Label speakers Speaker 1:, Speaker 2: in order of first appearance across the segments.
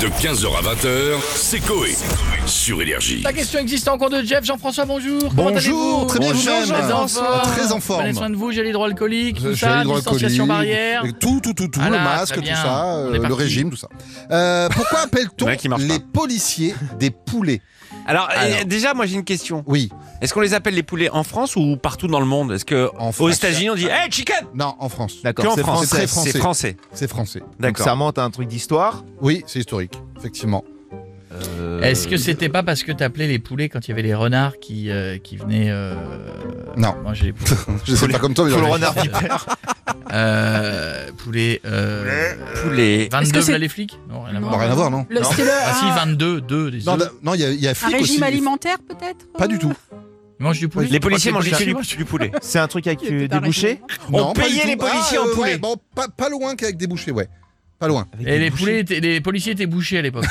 Speaker 1: De 15h à 20h, c'est Coé. Sur Énergie.
Speaker 2: La question existe en cours de Jeff. Jean-François, bonjour. Comment
Speaker 3: Bonjour,
Speaker 2: allez-vous
Speaker 3: très bien,
Speaker 2: Bonjour,
Speaker 3: vous-même.
Speaker 2: Très en forme.
Speaker 3: Très en
Speaker 2: Prenez
Speaker 3: forme.
Speaker 2: soin de vous, j'ai l'hydroalcoolique, tout
Speaker 3: Je suis
Speaker 2: ça,
Speaker 3: allé dans le
Speaker 2: distanciation
Speaker 3: colis,
Speaker 2: barrière.
Speaker 3: et Tout, tout, tout, tout,
Speaker 2: Voilà,
Speaker 3: le masque,
Speaker 2: très
Speaker 3: tout
Speaker 2: bien.
Speaker 3: ça,
Speaker 2: On
Speaker 3: euh,
Speaker 2: est
Speaker 3: le
Speaker 2: parti.
Speaker 3: régime, tout ça. Euh, pourquoi appelle-t-on
Speaker 4: Le mec, il marche
Speaker 3: les policiers des poulets
Speaker 4: Alors, euh,
Speaker 3: Alors.
Speaker 4: déjà, moi j'ai une question.
Speaker 3: Oui,
Speaker 4: Est-ce qu'on les appelle les poulets en France ou partout dans le monde Est-ce que
Speaker 3: En France.
Speaker 4: aux États-Unis on dit Hey chicken
Speaker 3: non, en France.
Speaker 4: Que en
Speaker 5: c'est
Speaker 4: France
Speaker 3: français, français.
Speaker 4: C'est français.
Speaker 3: C'est français.
Speaker 5: Donc
Speaker 4: D'accord.
Speaker 5: ça remonte à un truc d'histoire.
Speaker 3: Oui, c'est historique, effectivement. Euh,
Speaker 2: Est-ce que c'était pas parce que t'appelais les poulets quand il y avait les renards qui, euh, qui venaient euh,
Speaker 3: Non.
Speaker 2: manger les poulets
Speaker 3: Je sais pas comme toi, mais
Speaker 5: Faut le
Speaker 3: j'aurais-
Speaker 5: renard
Speaker 2: vipère. euh, poulet. Euh,
Speaker 6: Ah,
Speaker 4: Poulet.
Speaker 2: 22
Speaker 7: que c'est-
Speaker 2: là, les flics Non, rien à
Speaker 3: Non,
Speaker 2: voir.
Speaker 3: rien à voir, non
Speaker 7: Le- c'est le-
Speaker 2: Ah si,
Speaker 7: un-
Speaker 2: 22, 2, des
Speaker 3: Non,
Speaker 2: œufs.
Speaker 3: da- non, il y a, il y a
Speaker 7: un
Speaker 3: flic
Speaker 7: régime
Speaker 3: aussi.
Speaker 7: alimentaire peut-être euh,
Speaker 3: Pas du tout.
Speaker 2: Ils mangent du poulet
Speaker 4: Les policiers
Speaker 2: Je crois que
Speaker 4: mangeaient
Speaker 2: c'est
Speaker 4: que du,
Speaker 2: pas ça.
Speaker 4: du poulet.
Speaker 5: C'est un truc avec
Speaker 7: Il y a
Speaker 5: euh,
Speaker 7: peut-être un
Speaker 5: des bouchées.
Speaker 4: On
Speaker 3: pas du
Speaker 4: payait
Speaker 3: tout.
Speaker 4: les policiers
Speaker 3: Ah,
Speaker 4: en
Speaker 3: euh, ouais,
Speaker 4: poulet.
Speaker 3: bon, pas, pas loin qu'avec des bouchées, ouais. Pas loin.
Speaker 2: Et les, poulets étaient- les policiers étaient bouchés à l'époque.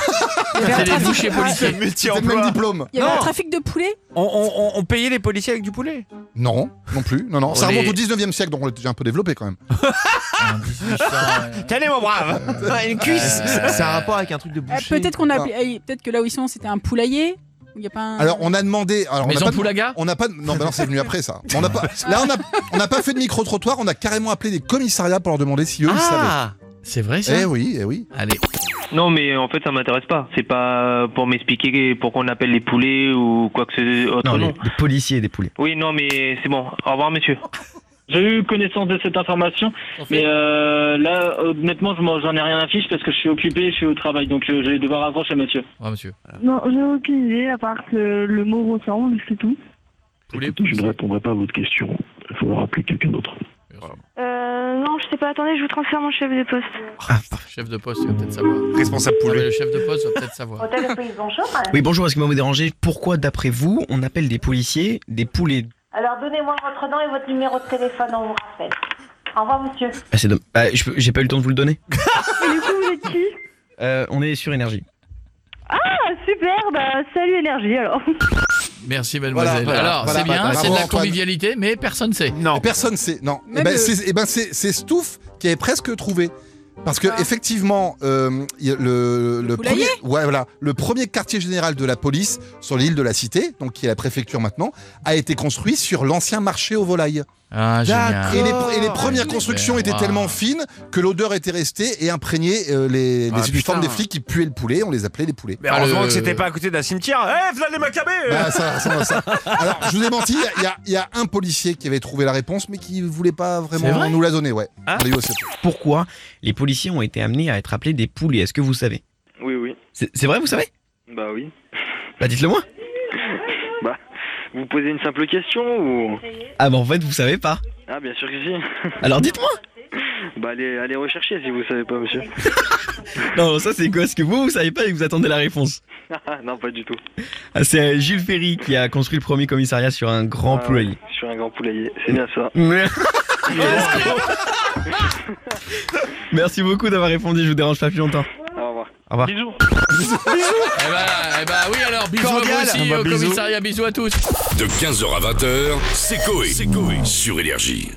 Speaker 7: Il y avait un
Speaker 2: C'était des
Speaker 7: trafic-
Speaker 2: bouchers
Speaker 7: ah,
Speaker 2: policiers.
Speaker 4: métier
Speaker 3: C'est le même diplôme.
Speaker 7: Il y avait un
Speaker 4: Non.
Speaker 7: trafic de Euh, poulets
Speaker 4: On, on- on- on payait les policiers avec du poulet.
Speaker 3: Non, non plus. Non, non.
Speaker 2: On
Speaker 3: Ça remonte
Speaker 2: est-
Speaker 3: au 19e siècle, donc on l'a déjà un peu développé quand même.
Speaker 4: Tenez mon brave
Speaker 6: Ah,
Speaker 4: Euh, Une cuisse
Speaker 5: C'est un rapport avec un truc de
Speaker 7: Euh,
Speaker 5: bouchée.
Speaker 7: Peut-être qu'on a eh, peut-être que là où ils sont c'était un poulailler. Il y a pas un...
Speaker 3: Alors, on a demandé. Alors, on n'a
Speaker 2: Maison
Speaker 3: pas de-
Speaker 2: Poulaga
Speaker 3: On n'a pas. Non, bah non, c'est venu après ça. On n'a pas. Là, on n'a on n'a pas fait de micro trottoir. On a carrément appelé des commissariats pour leur demander si eux
Speaker 4: Ah
Speaker 2: C'est vrai
Speaker 3: ils savaient.
Speaker 2: ça
Speaker 3: Eh oui, eh oui.
Speaker 2: Allez,
Speaker 8: Non, mais en fait, ça m'intéresse pas. C'est pas pour m'expliquer pourquoi on appelle les poulets ou quoi que ce autre nom.
Speaker 5: policiers des poulets.
Speaker 8: Oui, non, mais c'est bon. Au revoir, monsieur. J'ai eu connaissance de cette information, mais euh, là, honnêtement, je m'en- j'en ai rien à fiche parce que je suis occupé, je suis au travail, donc euh, je vais devoir accrocher, monsieur.
Speaker 2: au revoir, Oh, monsieur.
Speaker 9: Non, j'ai aucune idée, à part que le mot ressemble, c'est tout.
Speaker 2: Poulet,
Speaker 10: Écoutez, je ne répondrai pas à votre question. Il faudra appeler quelqu'un d'autre.
Speaker 9: Euh, non, je sais pas, attendez, je vous transfère mon chef de poste.
Speaker 2: chef de poste, il va peut-être savoir.
Speaker 4: Responsable
Speaker 2: Ah, mais
Speaker 4: poulet.
Speaker 2: le chef de poste va peut-être savoir.
Speaker 9: Hôtel de police, bonjour.
Speaker 6: Oui, bonjour, est-ce que vous me dérangez Pourquoi, d'après vous, on appelle des policiers des poulets
Speaker 9: Alors donnez-moi votre nom et votre numéro de téléphone, on vous rappelle. Au revoir, monsieur.
Speaker 6: Ah, c'est dommage. Ah, je peux- J'ai pas eu le temps de vous le donner.
Speaker 9: Et du coup, vous êtes qui
Speaker 6: Euh, on est sur énergie.
Speaker 9: Ah, super, bah salut Énergie alors.
Speaker 2: Merci, mademoiselle.
Speaker 3: Voilà, voilà,
Speaker 2: Alors,
Speaker 3: voilà,
Speaker 2: c'est bien,
Speaker 3: bravo,
Speaker 2: c'est de la
Speaker 3: Antoine.
Speaker 2: convivialité, mais personne sait.
Speaker 3: Et
Speaker 4: Non.
Speaker 3: personne sait. Non. Eh
Speaker 7: Même
Speaker 3: ben,
Speaker 7: le-
Speaker 3: c'est eh ben, c'est- c'est Stouff qui avait presque trouvé. Parce que
Speaker 7: Ah.
Speaker 3: effectivement, euh, il y a le, le premier,
Speaker 7: poulailler
Speaker 3: ouais, voilà, le premier quartier général de la police sur l'île de la Cité, donc qui est la préfecture maintenant, a été construit sur l'ancien marché aux volailles.
Speaker 2: Ah, génial.
Speaker 3: Et les,
Speaker 5: Oh.
Speaker 3: et les premières
Speaker 2: Ouais,
Speaker 3: constructions
Speaker 2: ouais,
Speaker 3: étaient
Speaker 2: waouh.
Speaker 3: tellement fines que l'odeur était restée et imprégnait euh, les, les
Speaker 4: Ah,
Speaker 3: uniformes
Speaker 4: putain.
Speaker 3: des flics qui puaient le poulet. On les appelait les poulets.
Speaker 4: Mais heureusement
Speaker 2: Ah, le-
Speaker 4: que c'était pas à côté d'un cimetière. Eh, vous les macabées
Speaker 3: Bah, ça, ça, ça. Alors, je vous ai menti, il y a- il y, a un policier qui avait trouvé la réponse, mais qui voulait pas vraiment
Speaker 2: C'est vrai
Speaker 3: nous la donner. Ouais.
Speaker 4: Ah.
Speaker 3: On l'a eu aussi.
Speaker 6: Pourquoi les policiers ont été amenés à être appelés des poulets Est-ce que vous savez
Speaker 10: Oui, oui.
Speaker 6: C'est c'est vrai, vous savez
Speaker 10: Bah oui. Bah,
Speaker 6: Bah, dites-le moi.
Speaker 10: Vous posez une simple question ou
Speaker 6: Ah, bah, en fait, vous savez pas.
Speaker 10: Ah, bien sûr que si.
Speaker 6: Alors, dites-moi
Speaker 10: Bah allez, allez rechercher si vous savez pas, monsieur.
Speaker 6: Non, ça, c'est quoi Est-ce que vous, vous savez pas et que vous attendez la réponse
Speaker 10: Ah, non, pas du tout.
Speaker 6: Ah, C'est euh, Jules Ferry qui a construit le premier commissariat sur un grand
Speaker 10: Ah,
Speaker 6: poulailler. Mm.
Speaker 10: Je suis un grand poulailler. C'est bien ça.
Speaker 6: Mais- Merci beaucoup d'avoir répondu, je vous dérange pas plus longtemps.
Speaker 10: Au revoir.
Speaker 8: Bisous.
Speaker 2: Eh bah, eh bah, oui, alors, bisous à
Speaker 4: Cordial.
Speaker 2: vous aussi,
Speaker 4: Ah bah,
Speaker 2: au
Speaker 4: bisous.
Speaker 2: commissariat, bisous à tous.
Speaker 1: De 15h à 20h, c'est Coé. Sur Énergie.